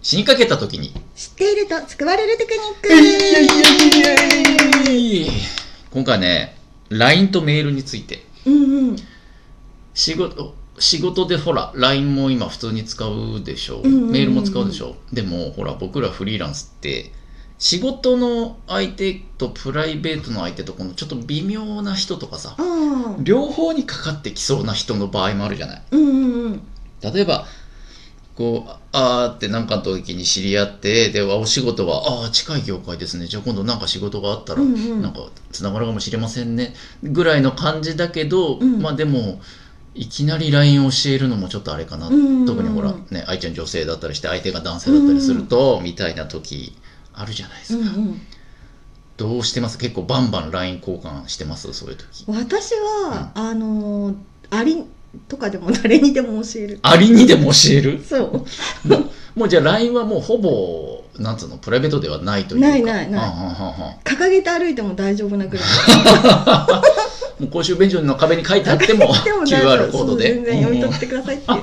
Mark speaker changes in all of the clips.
Speaker 1: 死にかけた時に。
Speaker 2: 知っていると救われるテクニック
Speaker 1: 今回ね、LINE とメールについて。
Speaker 2: うんうん
Speaker 1: 仕事、仕事でほら、LINE も今普通に使うでしょ
Speaker 2: うんうんうん
Speaker 1: メールも使うでしょでも、ほら、僕らフリーランスって、仕事の相手とプライベートの相手とこのちょっと微妙な人とかさ、
Speaker 2: ああ
Speaker 1: 両方にかかってきそうな人の場合もあるじゃない。
Speaker 2: うんうんうん
Speaker 1: 例えばこうあーって何かの時に知り合ってでお仕事はああ近い業界ですねじゃあ今度何か仕事があったら、
Speaker 2: うんうん
Speaker 1: なんかつながるかもしれませんねぐらいの感じだけど、
Speaker 2: うん
Speaker 1: まあでもいきなり LINE を教えるのもちょっとあれかな、
Speaker 2: うんうんうん
Speaker 1: 特にほらね愛ちゃん女性だったりして相手が男性だったりすると、みたいな時あるじゃないです
Speaker 2: う
Speaker 1: か、
Speaker 2: んうん
Speaker 1: どうしてます結構バンバン LINE 交換してますそういう時
Speaker 2: 私は、あのーありとかでも誰にでも教える
Speaker 1: ありにでも教える
Speaker 2: そう
Speaker 1: もうじゃあ LINE はもうほぼなんつうのプライベートではないというか
Speaker 2: ないないない
Speaker 1: はんはんはんはん
Speaker 2: 掲げて歩いても大丈夫なくらい
Speaker 1: もう公衆便所の壁に書いてあっても
Speaker 2: でも大丈夫
Speaker 1: QR コードで
Speaker 2: そう全然読み
Speaker 1: うんう
Speaker 2: 取
Speaker 1: ん
Speaker 2: ってくださいっていう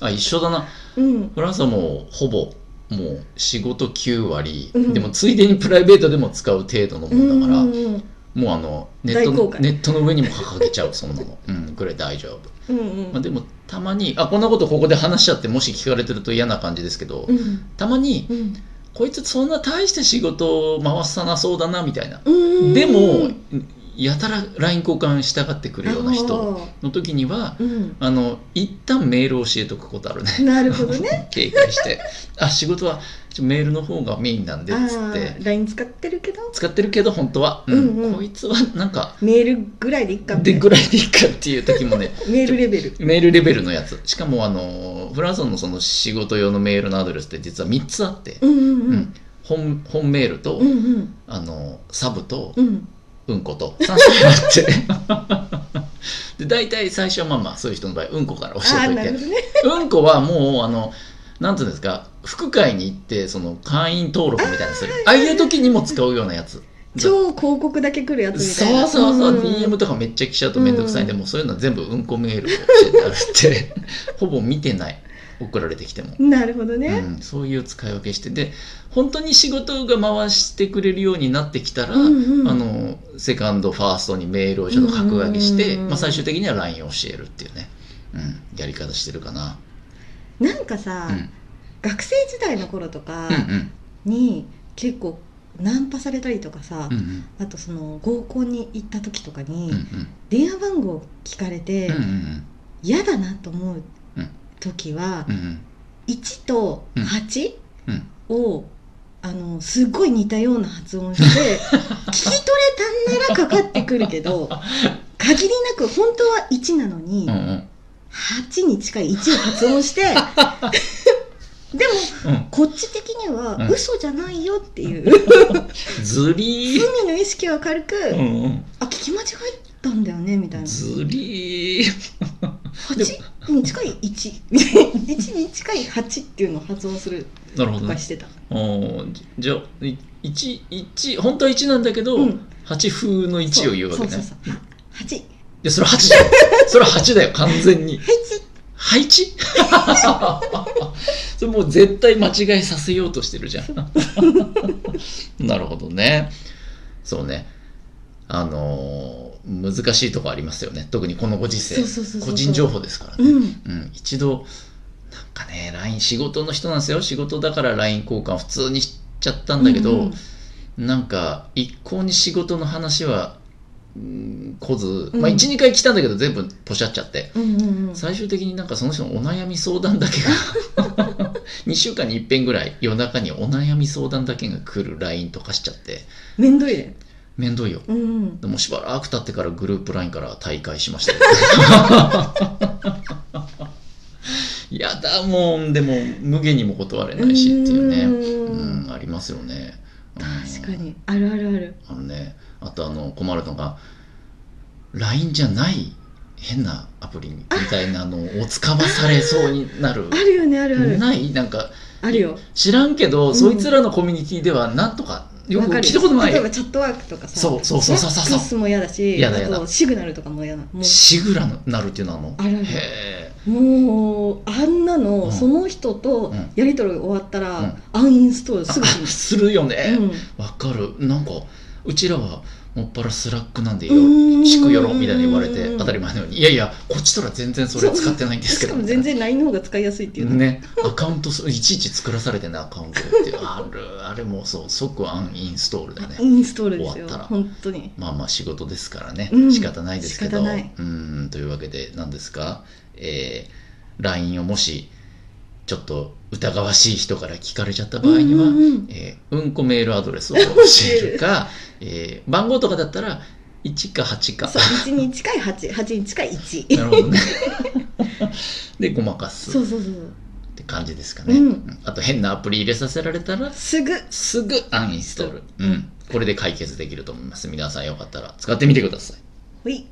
Speaker 1: あ一緒だな
Speaker 2: うん
Speaker 1: フランスはもうほぼもう仕事9割、
Speaker 2: うん
Speaker 1: でもついでにプライベートでも使う程度のものだから、
Speaker 2: うんうん
Speaker 1: もうあのネットの
Speaker 2: 大公開
Speaker 1: ネットの上にも掲げちゃうそんなの、 うん、ぐらい大丈夫、
Speaker 2: うんうん
Speaker 1: まあ、でもたまにあこんなことここで話しちゃってもし聞かれてると嫌な感じですけど、
Speaker 2: うん
Speaker 1: たまに
Speaker 2: うん
Speaker 1: こいつそんな大して仕事を回さなそうだなみたいな、
Speaker 2: うん
Speaker 1: でもやたら LINE 交換したがってくるような人
Speaker 2: あ
Speaker 1: の時には
Speaker 2: ーうん
Speaker 1: あの一旦メールを教えとくことあるね
Speaker 2: なるほどね
Speaker 1: 警戒してあ仕事はちょメールの方がメインなんでっつ
Speaker 2: あ
Speaker 1: って
Speaker 2: ー LINE 使ってるけど
Speaker 1: 使ってるけど本当は、うん
Speaker 2: うんうん
Speaker 1: こいつはなんか
Speaker 2: メールぐらいでいいかみた
Speaker 1: で
Speaker 2: いな
Speaker 1: ぐらいでいいかっていう時もね
Speaker 2: メールレベル
Speaker 1: メールレベルのやつしかもあのフランソンのその仕事用のメールのアドレスって実は3つあって、
Speaker 2: うんうんう
Speaker 1: うんん本本メールと、
Speaker 2: うんうん
Speaker 1: あのサブと、
Speaker 2: うん
Speaker 1: うんこと3種類あってで大体最初はまあまあそういう人の場合うんこから教
Speaker 2: ああ
Speaker 1: え
Speaker 2: ー
Speaker 1: と
Speaker 2: ないるほ
Speaker 1: て
Speaker 2: どね
Speaker 1: うんこはもうあのなんていうんですか副会に行ってその会員登録みたいなのするああいう時にも使うようなやつ
Speaker 2: 超広告だけ来るやつみたい
Speaker 1: そ
Speaker 2: な
Speaker 1: うそうそう、
Speaker 2: ん
Speaker 1: DM とかめっちゃ来ちゃうとめんどくさいんで、
Speaker 2: うん
Speaker 1: もうそういうのは全部うんこメールを教えてあ るってほぼ見てない送られてきても。
Speaker 2: なるほどね、
Speaker 1: うん、そういう使い分けしてで本当に仕事が回してくれるようになってきたら、
Speaker 2: うんうん
Speaker 1: あのセカンドファーストにメールをちょっと格上げして、
Speaker 2: うんうんうん
Speaker 1: まあ、最終的には LINE を教えるっていうね、うん、やり方してるかな、
Speaker 2: なんかさ、
Speaker 1: うん、うん
Speaker 2: 学生時代の頃とか
Speaker 1: うん
Speaker 2: に結構ナンパされたりとかさ、
Speaker 1: うんうん
Speaker 2: あとその合コンに行った時とかに、
Speaker 1: うんうん
Speaker 2: 電話番号を聞かれて
Speaker 1: うんうん
Speaker 2: 嫌、だなと思う
Speaker 1: うん
Speaker 2: 時は、
Speaker 1: うんうん
Speaker 2: 1と
Speaker 1: うん
Speaker 2: 8
Speaker 1: うん
Speaker 2: を、あのすっごい似たような発音して 聞き取れたんならかかってくるけど限りなく本当は1なのに、
Speaker 1: うんうん
Speaker 2: 8に近い1を発音 してでも
Speaker 1: うん
Speaker 2: こっち的には
Speaker 1: うん
Speaker 2: 嘘じゃないよっていう、
Speaker 1: ずりー、
Speaker 2: 罪の意識は軽く、
Speaker 1: うんうん、
Speaker 2: あ聞き間違えたんだよねみたいな
Speaker 1: ずりー
Speaker 2: 8に近い11 に近い8っていうのを発音する
Speaker 1: なるほ
Speaker 2: と
Speaker 1: ど
Speaker 2: か
Speaker 1: ね
Speaker 2: してた、
Speaker 1: おーじじゃあい一一本当は1なんだけど、
Speaker 2: うん
Speaker 1: 八風の1を言うわけね
Speaker 2: そうそうそうそう8
Speaker 1: いや、それ8だよ。それ8だよ、完全に。配置 それもう絶対間違いさせようとしてるじゃん。 なるほどね。そうね。あのー難しいとこありますよね。特にこのご時世
Speaker 2: そう。そうそうそう
Speaker 1: 個人情報ですから
Speaker 2: う
Speaker 1: ね。
Speaker 2: ん
Speaker 1: うん、一度、なんかね、LINE、仕事の人なんですよ。仕事だから LINE 交換普通にしちゃったんだけど、
Speaker 2: うん
Speaker 1: なんか一向に仕事の話は、うん来ず、
Speaker 2: うん
Speaker 1: まあ、12、回来たんだけど全部ポシャっちゃって
Speaker 2: うんうんうん
Speaker 1: 最終的になんかその人のお悩み相談だけ が2週間に一遍ぐらい夜中にお悩み相談だけが来る LINE とかしちゃって
Speaker 2: めんどいね
Speaker 1: 面倒いよ
Speaker 2: うんうん
Speaker 1: でもしばらく経ってからグループ LINE から退会しま したよやだもんでも無限にも断れないしっていうね
Speaker 2: うん
Speaker 1: うんありますよねうん
Speaker 2: 確かにあるあるある
Speaker 1: あのね、あとあの困るのが LINE じゃない変なアプリみたいなの を使わされそうになる
Speaker 2: あるよねあるある
Speaker 1: ないなんか
Speaker 2: あるよ
Speaker 1: 知らんけど、
Speaker 2: うん
Speaker 1: そいつらのコミュニティではなんとかよく
Speaker 2: わかる
Speaker 1: 聞いたことない
Speaker 2: 例えばチャットワークとかさ
Speaker 1: そうそうそうそうそう
Speaker 2: ファックスも嫌だし
Speaker 1: 嫌だ嫌だ
Speaker 2: あとシグナルとかも嫌なも
Speaker 1: シグラなるっていうのはもう
Speaker 2: あるある
Speaker 1: へ
Speaker 2: うもうあんなの、
Speaker 1: うん
Speaker 2: その人と
Speaker 1: うん
Speaker 2: やり取りが終わったら、
Speaker 1: うん
Speaker 2: アンインストール
Speaker 1: え
Speaker 2: すぐするんです
Speaker 1: するよね
Speaker 2: うん
Speaker 1: わ、かるなんかうちらはもっぱらスラックなんで
Speaker 2: うーん
Speaker 1: しくよろみたいに言われて当たり前のようにいやいやこっちとら全然それ使ってないんですけ
Speaker 2: し
Speaker 1: ど
Speaker 2: かも全然 LINE の方が使いやすいっていうね
Speaker 1: ね、アカウントすいちいち作らされてねアカウントって あるあれもそう即アンインストールだ
Speaker 2: イ
Speaker 1: ね
Speaker 2: ンストールです
Speaker 1: 終わ
Speaker 2: よ
Speaker 1: ったら
Speaker 2: 本当に
Speaker 1: まあまあ仕事ですからね、
Speaker 2: うん
Speaker 1: 仕方ないですけど
Speaker 2: 仕方ないう
Speaker 1: ーんというわけで何ですか、えー、LINE をもしちょっと疑わしい人から聞かれちゃった場合には、
Speaker 2: うんうんうん
Speaker 1: えーうんこメールアドレスを教えるか、えー番号とかだったら1か8か
Speaker 2: そう1に近い8 8に近い 1
Speaker 1: なるほど ねでごまかす
Speaker 2: そ
Speaker 1: っ
Speaker 2: うそうそうそう
Speaker 1: て感じですかね、
Speaker 2: うん
Speaker 1: うんあと変なアプリ入れさせられたら
Speaker 2: すぐ
Speaker 1: すぐアンインストール、うん、これで解決できると思います皆さんよかったら使ってみてください
Speaker 2: ほい